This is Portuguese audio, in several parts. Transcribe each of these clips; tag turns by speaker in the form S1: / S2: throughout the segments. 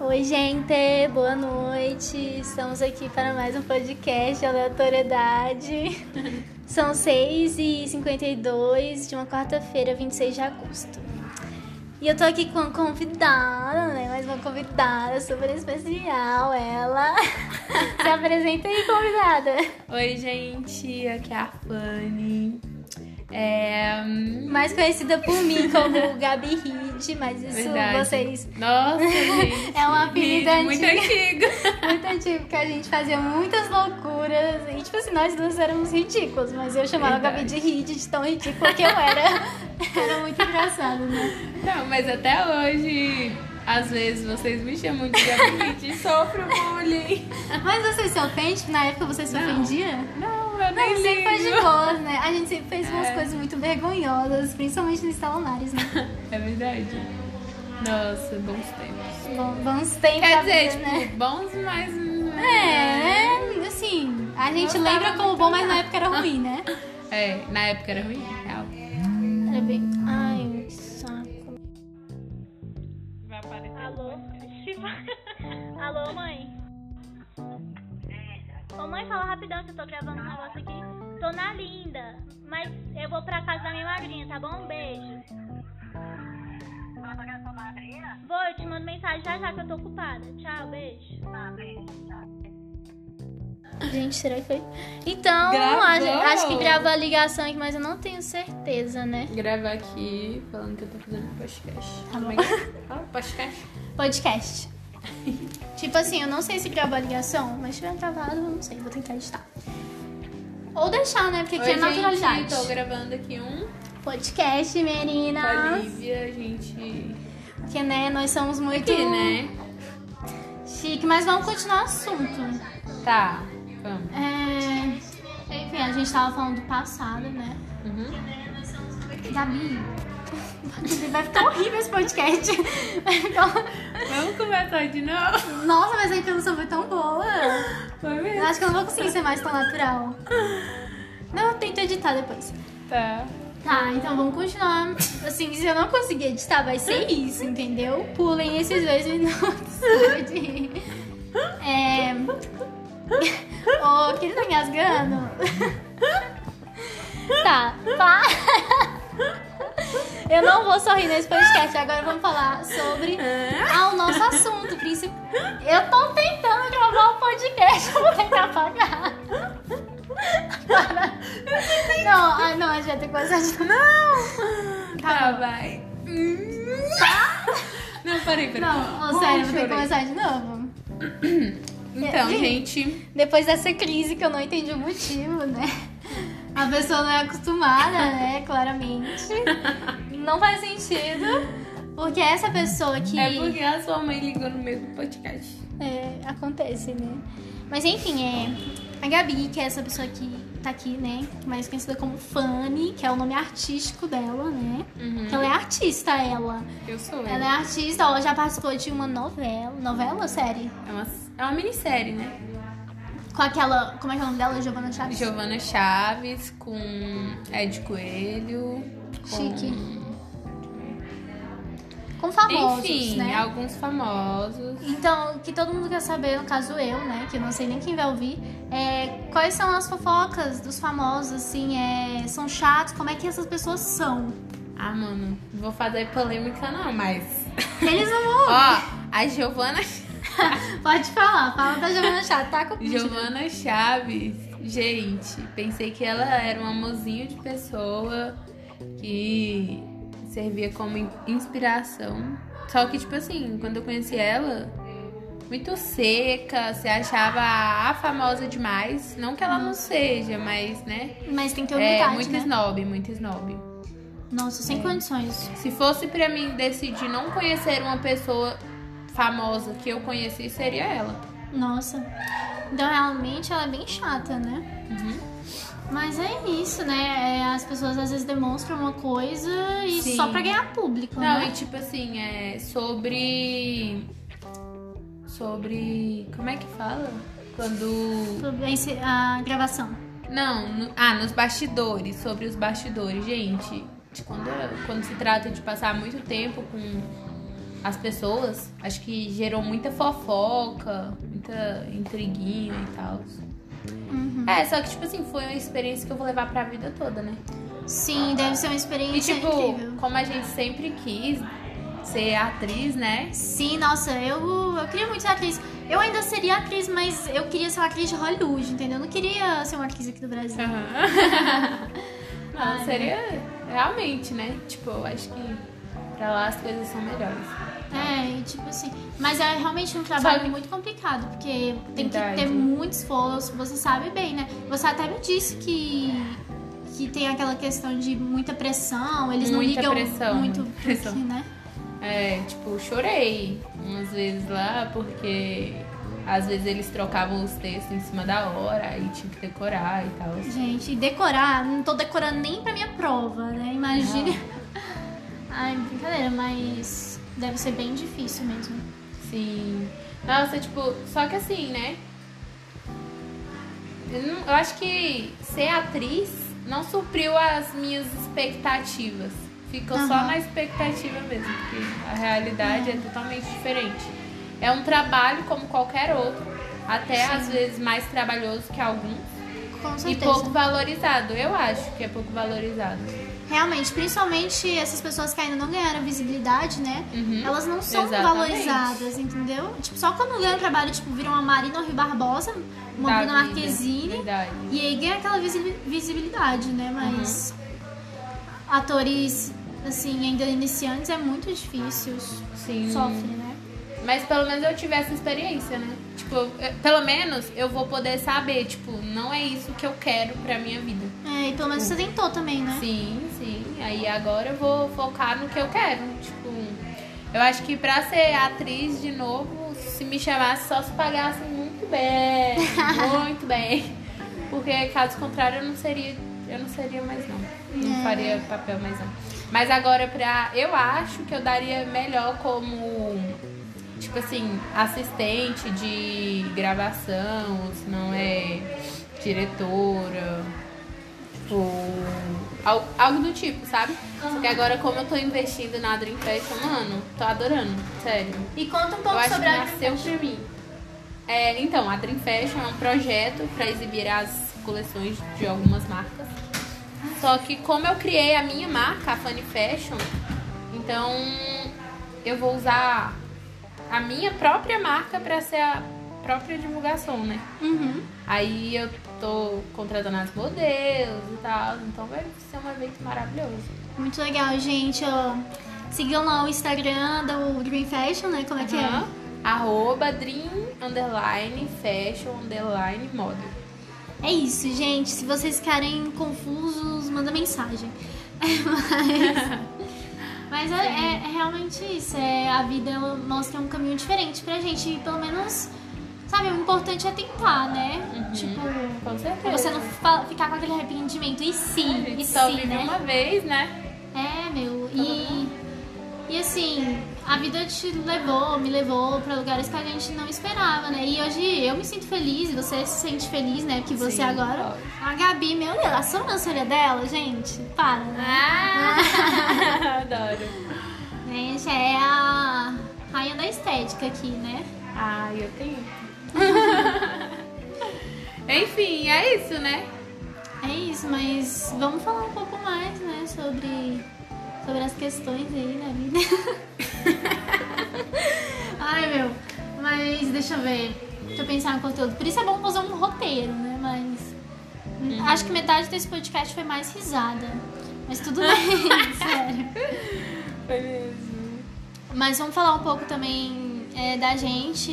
S1: Oi, gente, boa noite. Estamos aqui para mais um podcast Aleatoriedade. São 6h52 de uma quarta-feira, 26 de agosto. E eu tô aqui com uma convidada, né? Mais uma convidada super especial, ela. Se apresenta aí, convidada.
S2: Oi, gente, aqui é a Fanny. É. hum,
S1: Mais conhecida por mim como Gabi Reed, mas isso
S2: Verdade.
S1: vocês.
S2: Nossa, gente.
S1: É uma apelido
S2: Vídeo muito
S1: antigo.
S2: antigo.
S1: Muito antigo, porque a gente fazia muitas loucuras. E, tipo assim, nós duas éramos ridículos, mas eu chamava a Gabi
S2: Verdade.
S1: de Reed, de tão ridícula que eu era. Era muito engraçado, né?
S2: Não, mas até hoje, às vezes vocês me chamam de Gabi e sofro bullying.
S1: Mas você se ofende? Na época você se
S2: Não.
S1: ofendia?
S2: Não, eu
S1: Não,
S2: nem
S1: sempre foi de
S2: ligo.
S1: boa, né? A gente sempre fez umas
S2: É.
S1: coisas muito vergonhosas, principalmente nos talonares, né?
S2: É verdade. Nossa, bons tempos.
S1: Bom, Vamos tempos da
S2: Quer dizer,
S1: vida,
S2: tipo,
S1: né?
S2: bons, mas.
S1: É, assim, a gente
S2: Gostava
S1: lembra como
S2: muito,
S1: bom, mas na época era ruim, né?
S2: É, na época era ruim, real.
S3: É
S1: Era bem. Ai,
S3: um
S1: que saco.
S2: Vai aparecer.
S3: Alô? Se vai- Alô, mãe? Ô, mãe, fala rapidão que eu tô gravando um negócio aqui. Tô na linda, mas eu vou pra casa da minha madrinha, tá bom? Um beijo. Vou, eu te mando mensagem já já que eu tô ocupada. Tchau, beijo.
S1: Gente, será que foi? Então,
S2: Gravou!
S1: a gente- acho que gravou a ligação aqui, mas eu não tenho certeza, né?
S2: Gravar aqui falando que eu tô fazendo podcast.
S1: Tá
S2: Como é que é? Fala, podcast.
S1: Podcast. tipo assim, eu não sei se gravou a ligação, mas se tiver gravado, eu não sei, vou tentar editar. Ou deixar, né? Porque aqui
S2: Oi,
S1: é naturalidade.
S2: Gente, tô gravando aqui um
S1: Podcast,
S2: com a
S1: meninas.
S2: Lívia, a gente.
S1: Porque, né, nós somos muito
S2: Tá Aqui, né?
S1: chique, mas vamos continuar o assunto.
S2: Tá, vamos.
S1: É... Enfim, a gente tava falando do passado, né?
S2: Uhum.
S1: Gabi, vai ficar horrível esse podcast. Vai ficar...
S2: Vamos começar de novo?
S1: Nossa, mas a introdução foi tão boa.
S2: Foi
S1: Eu
S2: mesmo?
S1: acho que eu não vou conseguir ser mais tão natural. Não, eu tento editar depois.
S2: Tá.
S1: Tá, então vamos continuar. Assim, se eu não conseguir editar, vai ser isso, entendeu? Pulem esses dois minutos. de rir. É. Ô, oh, que tá engasgando? Tá, pá. Eu não vou sorrir nesse podcast. Agora vamos falar sobre ah, o nosso assunto principal. Eu tô tentando gravar o podcast, tá eu vou tentar apagar. Para. Não, ah, não, a gente vai ter que começar de Não!
S2: Tá, vai. Não, peraí, peraí.
S1: Não, ô, sério,
S2: Ai,
S1: vou ter
S2: chorei.
S1: que começar de novo.
S2: Então, gente.
S1: Depois dessa crise que eu não entendi o motivo, né? A pessoa não é acostumada, né? Claramente. Não faz sentido. Porque essa pessoa que.
S2: É porque a sua mãe ligou no meio do podcast.
S1: É, acontece, né? Mas enfim, é. A Gabi, que é essa pessoa que tá aqui, né? Mais conhecida como Fanny, que é o nome artístico dela, né?
S2: Uhum.
S1: Que Ela é artista, ela.
S2: Eu sou
S1: Ela é artista, ela já participou de uma novela. Novela ou série?
S2: É uma, é uma minissérie, né?
S1: Com aquela. Como é que é o nome dela? Giovanna Chaves?
S2: Giovana Chaves com Ed Coelho. Com...
S1: Chique. Com famosos,
S2: Enfim,
S1: né?
S2: alguns famosos.
S1: Então, o que todo mundo quer saber, no caso eu, né, que eu não sei nem quem vai ouvir, é quais são as fofocas dos famosos, assim, é, são chatos, como é que essas pessoas são?
S2: Ah, mano, não vou fazer polêmica não, mas.
S1: Eles não vão.
S2: Ó, a Giovana,
S1: Pode falar, fala da Giovana Chata, tá com o
S2: Giovana Chaves, gente, pensei que ela era um amorzinho de pessoa que servia como in- inspiração. Só que, tipo assim, quando eu conheci ela, muito seca, se achava a famosa demais. Não que ela não seja, mas, né?
S1: Mas tem que ter
S2: É,
S1: humildade,
S2: muito
S1: Uhum. né?
S2: snob, muito snob.
S1: Nossa, sem condições.
S2: Se fosse pra mim decidir não conhecer uma pessoa famosa que eu conheci, seria ela.
S1: Nossa. Então, realmente, ela é bem chata, né?
S2: Uhum.
S1: Mas é isso, né? É, As pessoas às vezes demonstram uma coisa e
S2: Sim.
S1: só pra ganhar público,
S2: Não,
S1: né?
S2: e tipo assim, é sobre. Sobre. Como é que fala? Quando.
S1: Esse- A gravação.
S2: Não, no- ah, nos bastidores, sobre os bastidores, gente. de Quando, quando se trata de passar muito tempo com as pessoas, acho que gerou muita fofoca, muita intriguinha e tal. É, só que, tipo assim, foi uma experiência que eu vou levar pra vida toda, né?
S1: Sim, deve ser uma
S2: E,
S1: experiência
S2: tipo,
S1: é incrível.
S2: como a gente sempre quis ser atriz, né?
S1: Sim, nossa, eu, eu queria muito ser atriz. Eu ainda seria atriz, mas eu queria ser uma atriz de Hollywood, entendeu? Eu não queria ser uma atriz aqui do Brasil.
S2: Não,
S1: Ai,
S2: seria realmente, né? Tipo, eu acho que pra lá as coisas são melhores.
S1: É, e tipo assim. Mas é realmente um trabalho
S2: Sabe-
S1: muito complicado, porque tem
S2: Verdade.
S1: que ter muito esforço, você sabe bem, né? Você até me disse que. Que tem aquela questão de muita pressão, eles não
S2: Muita
S1: ligam
S2: pressão,
S1: muito
S2: muita
S1: pro que,
S2: pressão.
S1: né?
S2: É, tipo, chorei umas vezes lá, porque às vezes eles trocavam os textos em cima da hora e tinha que decorar e tal.
S1: Gente, e decorar, não tô decorando nem pra minha prova, né? Imagine. Ai, brincadeira, mas deve ser bem difícil mesmo.
S2: Sim. Nossa, tipo, só que assim, né? Eu, não- eu acho que ser atriz não supriu as minhas expectativas. Ficou só
S1: Aham.
S2: na expectativa mesmo, porque a realidade é totalmente diferente. É um trabalho como qualquer outro, até às vezes mais trabalhoso que alguns
S1: Com
S2: e
S1: certeza.
S2: pouco valorizado. Eu acho que é pouco valorizado.
S1: Realmente, principalmente essas pessoas que ainda não ganharam visibilidade, né?
S2: Uhum.
S1: Elas não são
S2: Exatamente.
S1: valorizadas, entendeu? Tipo, só quando ganha trabalho, tipo, viram uma Marina Rui Barbosa, uma
S2: Da
S1: Bruna
S2: vida,
S1: Marquezine,
S2: Tá Verdade.
S1: e aí ganha aquela visi- visibilidade, né?
S2: Uhum.
S1: Mas atores, assim, ainda iniciantes é muito difícil,
S2: Sim.
S1: sofre, né?
S2: Mas pelo menos eu tive essa experiência, né? Tipo, eu- pelo menos eu vou poder saber, tipo, não é isso que eu quero pra minha vida.
S1: É, e pelo menos você tentou também, né?
S2: Sim, sim. Aí agora eu vou focar no que eu quero. Tipo, eu acho que pra ser atriz de novo, se me chamasse só se pagasse muito bem. muito bem. Porque caso contrário eu não seria. Eu não seria mais não. Não
S1: É.
S2: faria papel mais não. Mas agora pra. Eu acho que eu daria melhor como. Tipo assim, assistente de gravação, ou se não é diretora, ou algo, Tipo, algo do tipo, sabe? Só que agora, como eu tô investindo na Dreamcast, mano, tô adorando, sério.
S1: E conta um
S2: eu
S1: pouco
S2: acho
S1: sobre
S2: que
S1: a
S2: nasceu pra mim. É, então, a Dream Fashion é um projeto pra exibir as coleções de algumas marcas. Só que como eu criei a minha marca, a Funny Fashion, então eu vou usar a minha própria marca pra ser a própria divulgação, né?
S1: Uhum.
S2: Aí eu tô contratando as modelos e tal, então vai ser um evento maravilhoso.
S1: Muito legal, gente, ó. Sigam lá o Instagram do Dream Fashion, né? Como é que é?
S2: Aham. Arroba Dream Underline Fashion Underline Model.
S1: É isso, gente. Se vocês ficarem confusos, manda mensagem. Mas, mas é, é- é realmente isso. É, a vida ela mostra um caminho diferente pra gente. E pelo menos, sabe, o importante é tentar, né?
S2: Uhum.
S1: Tipo,
S2: Com
S1: pra
S2: certeza.
S1: você não fa- ficar com aquele arrependimento. E sim,
S2: A gente
S1: e
S2: só
S1: sim,
S2: vive
S1: né?
S2: uma vez, né?
S1: É, meu. E, e assim, a vida te levou, me levou pra lugares que a gente não esperava, né? E hoje eu me sinto feliz, você se sente feliz, né? Porque você
S2: Sim,
S1: agora.
S2: lógico.
S1: A Gabi, meu Deus, a sobrancelha dela, gente, para, né?
S2: Ah! Adoro.
S1: Gente, é a rainha da estética aqui, né?
S2: Ah, eu tenho. Enfim, é isso, né?
S1: É isso, mas vamos falar um pouco mais, né, sobre, sobre as questões aí da vida. Ai, meu, mas deixa eu ver, deixa eu pensar no conteúdo. Por isso é bom fazer um roteiro, né, mas... Acho que metade desse podcast foi mais risada, mas tudo bem, sério.
S2: Foi mesmo.
S1: Mas vamos falar um pouco também é, da gente.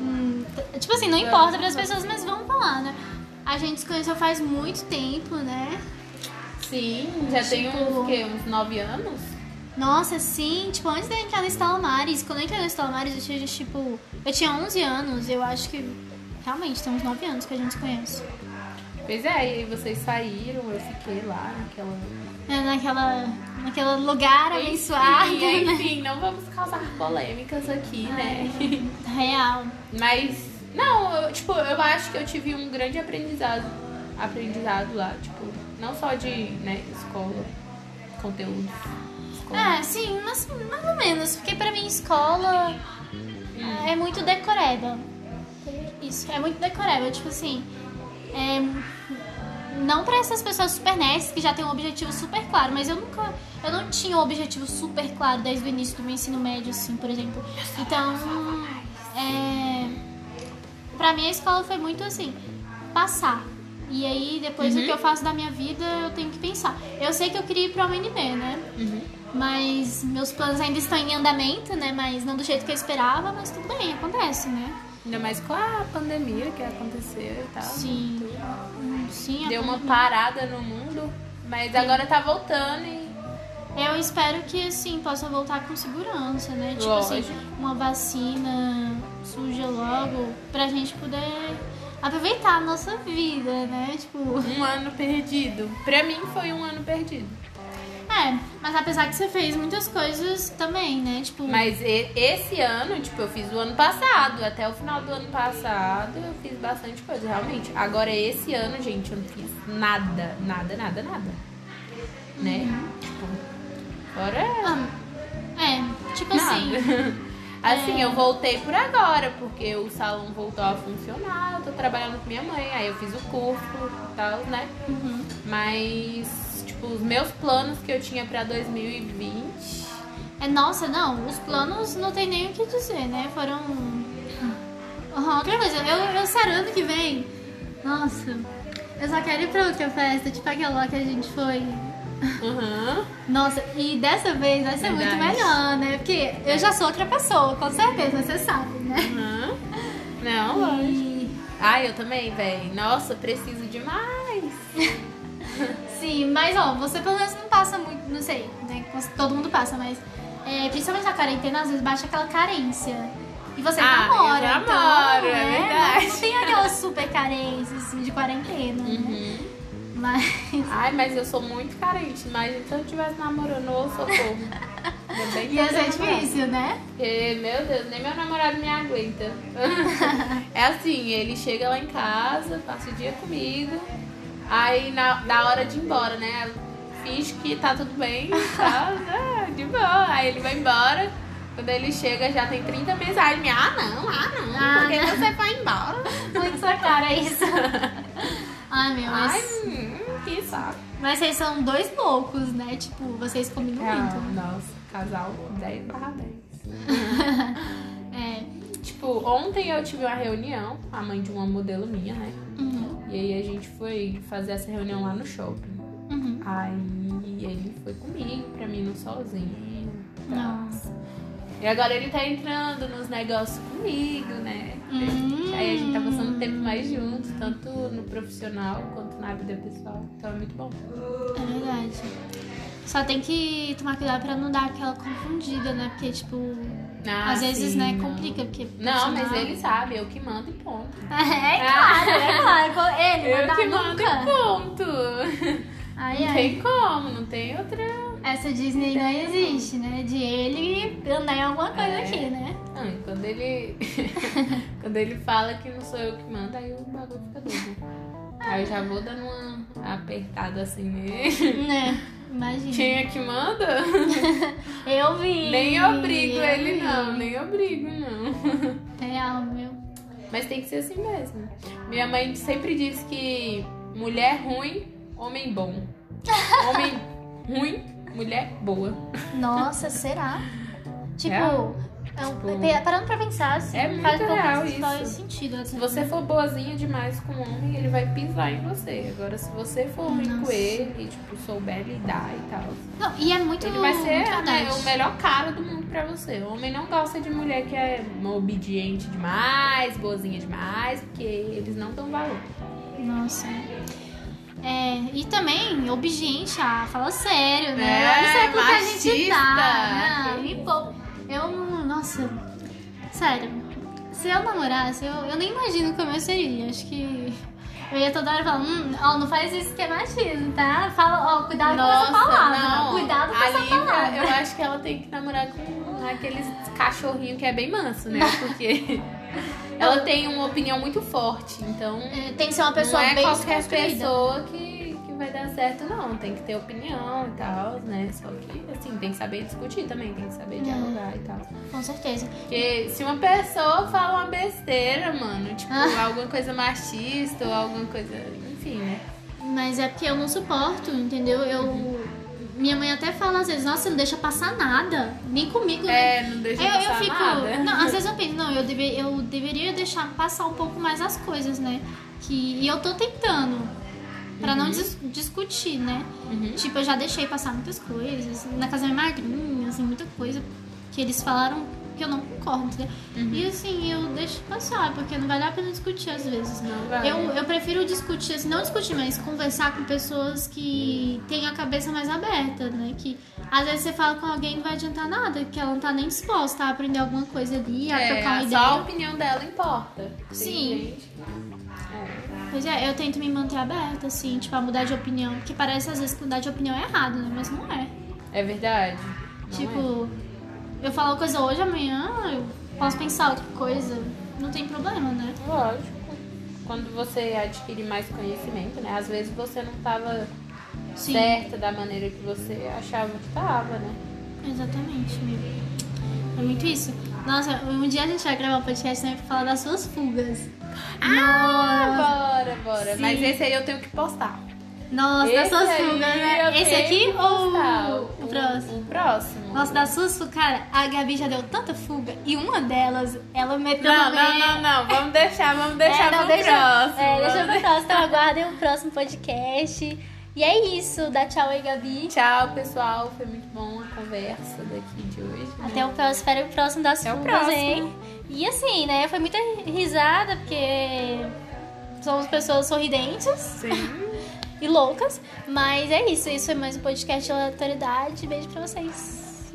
S1: Hum, t- tipo assim, não importa para as pessoas, mas vamos falar, né? A gente se conheceu faz muito tempo, né?
S2: Sim, já tem
S1: Tipo-
S2: uns, quê? uns nove anos?
S1: Nossa, sim, tipo, antes de eu entrar na Estela Maris, quando eu entrei na Estela Maris, eu tinha, tipo, eu tinha 11 anos, eu acho que realmente tem uns 9 anos que a gente se conhece.
S2: Pois é, e aí vocês saíram, eu fiquei lá naquela.
S1: É, naquela, naquela lugar abençoado,
S2: Enfim,
S1: né?
S2: enfim, não vamos causar polêmicas aqui, né?
S1: Real.
S2: Mas, não, eu, tipo, eu acho que eu tive um grande aprendizado, aprendizado lá, tipo, não só de, né, escola, conteúdo.
S1: Ah, sim, mas mais ou menos. Porque pra mim, escola é muito decoreba. Isso, é muito decoreba. Tipo assim, é, não pra essas pessoas super nerds que já tem um objetivo super claro, mas eu nunca. Eu não tinha um objetivo super claro desde o início do meu ensino médio, assim, por exemplo. Então, é, pra mim a escola foi muito assim, passar. E aí, depois do que eu faço da minha vida, eu tenho que pensar. Eu sei que eu queria ir pra UNB, né? Mas meus planos ainda estão em andamento, né? Mas não do jeito que eu esperava, mas tudo bem, acontece, né?
S2: Ainda mais com a pandemia que aconteceu e tal.
S1: Sim. Hum, Sim,
S2: Ah, Deu uma
S1: acontece.
S2: parada no mundo, mas agora tá voltando e
S1: Eu espero que, assim, possa voltar com segurança, né? Tipo assim,
S2: Lógico.
S1: uma vacina surja logo pra gente poder aproveitar a nossa vida, né? Tipo...
S2: um ano perdido. Pra mim foi um ano perdido.
S1: É, mas apesar que você fez muitas coisas também, né? Tipo...
S2: Mas e- esse ano, tipo, eu fiz o ano passado. Até o final do ano passado eu fiz bastante coisa, realmente. Agora esse ano, gente, eu não fiz nada, nada, nada, nada. Né?
S1: Uhum.
S2: Tipo, agora é.
S1: ah, É, tipo assim... é.
S2: Nada. Assim, eu voltei por agora, porque o salão voltou a funcionar, eu tô trabalhando com minha mãe, aí eu fiz o curso e tal, né?
S1: Uhum.
S2: Mas, tipo, os meus planos que eu tinha pra 2020.
S1: É, nossa, não, os planos não tem nem o que dizer, né? Foram. Uhum, outra coisa, eu, eu sério, ano que vem. Nossa, eu só quero ir pra outra festa, tipo aquela que a gente foi.
S2: Aham.
S1: Nossa, e dessa vez vai ser muito
S2: Verdade.
S1: melhor, né? Porque eu já sou outra pessoa, com certeza, você sabe, né?
S2: Aham. Não, lógico.
S1: E,
S2: Ai, eu também, véi. Nossa, preciso demais.
S1: sim, mas ó, você pelo menos não passa muito, não sei, né? Todo mundo passa, mas é, principalmente na quarentena, às vezes baixa aquela carência. E você
S2: Ah, eu
S1: namora,
S2: namoro,
S1: então,
S2: é
S1: né?
S2: verdade.
S1: Não tem aquela super carência, assim, de quarentena, né?
S2: Uhum.
S1: Mas...
S2: Ai, mas eu sou muito carente. Imagina se eu estivesse namorando, ô socorro. Ainda bem que
S1: Ia
S2: eu
S1: ser
S2: tenho namorado.
S1: difícil, é né?
S2: Porque, meu Deus, nem meu namorado me aguenta. é assim, ele chega lá em casa, passa o dia comigo, aí na, na hora de ir embora, né? Finge que tá tudo bem, tá? Ah, de boa. Aí ele vai embora. Quando ele chega, já tem 30 mensagens. minha, Ah, não, ah, não.
S1: Ah,
S2: por que
S1: não.
S2: você foi embora?
S1: Muito sua cara é isso. Ai, meu,
S2: Ai,
S1: mas...
S2: hum, que saco.
S1: Mas vocês são dois loucos, né? Tipo, vocês combinam
S2: Ah.
S1: muito.
S2: É, nossa, casal 10 barra 10.
S1: É.
S2: Tipo, ontem eu tive uma reunião, a mãe de uma modelo minha, né?
S1: Uhum.
S2: E aí a gente foi fazer essa reunião lá no shopping.
S1: Uhum.
S2: Aí ele foi comigo, pra mim não sozinho. tá?
S1: Nossa.
S2: E agora ele tá entrando nos negócios comigo, né?
S1: Hum.
S2: Aí a gente tá passando tempo mais juntos, tanto no profissional quanto na vida pessoal. Então é muito bom.
S1: É verdade. Só tem que tomar cuidado pra não dar aquela confundida, né? Porque, tipo,
S2: Ah,
S1: às vezes,
S2: sim,
S1: né,
S2: não.
S1: complica. Porque
S2: Não, mas
S1: profissional-
S2: ele sabe, eu que mando e ponto.
S1: É claro, é claro. Pô, Ele
S2: eu
S1: mandar
S2: que mando e
S1: nunca.
S2: ponto.
S1: Ai,
S2: Não
S1: ai.
S2: tem como, não tem outra.
S1: Essa Disney não existe, né? De ele andar em alguma coisa
S2: É.
S1: aqui, né?
S2: Não, e quando ele. quando ele fala que não sou eu que mando, aí o bagulho fica doido. né? Aí eu já vou dando uma apertada assim nele.
S1: né? Imagina.
S2: Quem é que manda?
S1: Eu vi.
S2: nem obrigo
S1: eu
S2: ele,
S1: vi. É
S2: não. Nem obrigo, não.
S1: Real, meu.
S2: Mas tem que ser assim mesmo. Minha mãe sempre diz que mulher ruim, homem bom. Homem ruim, mulher boa.
S1: Nossa, será? Tipo,
S2: Real.
S1: é um-
S2: Tipo,
S1: pe- parando pra pensar, assim,
S2: é muito
S1: faz um pouco
S2: real
S1: de- faz
S2: isso.
S1: sentido. assim.
S2: Se você for boazinha demais com o homem, ele vai pisar em você. Agora, se você for ruim com
S1: Nossa.
S2: ele e, tipo, souber lidar e tal,
S1: Não, e é muito.
S2: ele vai ser
S1: muito
S2: né,
S1: verdade.
S2: o melhor cara do mundo pra você. O homem não gosta de mulher que é obediente demais, boazinha demais, porque eles não dão valor.
S1: Nossa. É, e também, obediente, ah, fala sério, né?
S2: É,
S1: Olha o século que a gente tá.
S2: machista.
S1: né? Me poupa. Eu, nossa, sério. Se eu namorasse, eu, eu nem imagino como eu seria. Acho que eu ia toda hora falar, hum, ó, não faz isso que é machismo, tá? Fala, ó, cuidado com essa palavra. né? cuidado com
S2: a
S1: essa
S2: Lívia,
S1: palavra.
S2: eu acho que ela tem que namorar com aqueles cachorrinhos que é bem manso, né? Porque ela tem uma opinião muito forte, então...
S1: É, Tem que ser uma pessoa
S2: não é
S1: bem
S2: qualquer
S1: desconstruída.
S2: pessoa que, que não vai dar certo, não. Tem que ter opinião e tal, né? Só que, assim, tem que saber discutir também, tem que saber dialogar e tal.
S1: Com certeza.
S2: Porque se uma pessoa fala uma besteira, mano, tipo,
S1: Ah.
S2: alguma coisa machista ou alguma coisa. Enfim, né?
S1: Mas é porque eu não suporto, entendeu? Eu. Minha mãe até fala às vezes, nossa, você não deixa passar nada. Nem comigo, né?
S2: É, não deixa
S1: Eu, eu
S2: passar
S1: fico.
S2: nada.
S1: Não, às vezes eu penso, não, eu, deve, eu deveria deixar passar um pouco mais as coisas, né? Que, e eu tô tentando. Pra não dis- discutir, né?
S2: Uhum.
S1: Tipo, eu já deixei passar muitas coisas. Na casa da minha madrinha, assim, muita coisa que eles falaram que eu não concordo, entendeu?
S2: Uhum.
S1: E assim, eu deixo passar, porque não vale a pena discutir às vezes. né?
S2: Não vale.
S1: Eu, eu prefiro discutir, assim, não discutir, mas conversar com pessoas que têm a cabeça mais aberta, né? Que às vezes você fala com alguém que não vai adiantar nada, que ela não tá nem disposta a aprender alguma coisa ali, a
S2: É,
S1: trocar uma
S2: só a
S1: ideia.
S2: opinião dela importa. Tem
S1: Sim.
S2: gente que- É.
S1: Pois é, eu tento me manter aberta, assim, tipo, a mudar de opinião. Porque parece às vezes que mudar de opinião é errado, né? Mas não é.
S2: É verdade. Não é.
S1: tipo, eu falo uma coisa hoje, amanhã eu posso pensar outra coisa. Não tem problema, né?
S2: Lógico. Quando você adquire mais conhecimento, né? Às vezes você não tava
S1: Sim.
S2: certa da maneira que você achava que tava, né?
S1: Exatamente, amigo. É muito isso. Nossa, um dia a gente vai gravar um podcast também pra falar das suas fugas. Ah,
S2: Bora, bora.
S1: Sim.
S2: Mas esse aí eu tenho que postar.
S1: Nossa, das
S2: esse
S1: suas
S2: aí
S1: fugas,
S2: eu
S1: né? Esse
S2: tenho
S1: aqui
S2: que postar.
S1: ou o próximo?
S2: O próximo.
S1: Nossa, das suas fugas, cara, a Gabi já deu tanta fuga e uma delas, ela meteu
S2: Não,
S1: no meio.
S2: não, não, não. Vamos deixar, vamos deixar
S1: é, não,
S2: pro
S1: deixa,
S2: próximo.
S1: É, deixa pro próximo. Então aguardem o próximo podcast. E é isso. Dá tchau aí, Gabi.
S2: Tchau, pessoal. Foi muito bom a conversa daqui de hoje. né?
S1: Até o próximo, espero o próximo das
S2: Até o
S1: fugas,
S2: próximo.
S1: hein? E assim, né? Foi muita risada, porque somos pessoas sorridentes
S2: Sim.
S1: e loucas. Mas é isso. Isso foi mais um podcast da autoridade. Beijo pra vocês.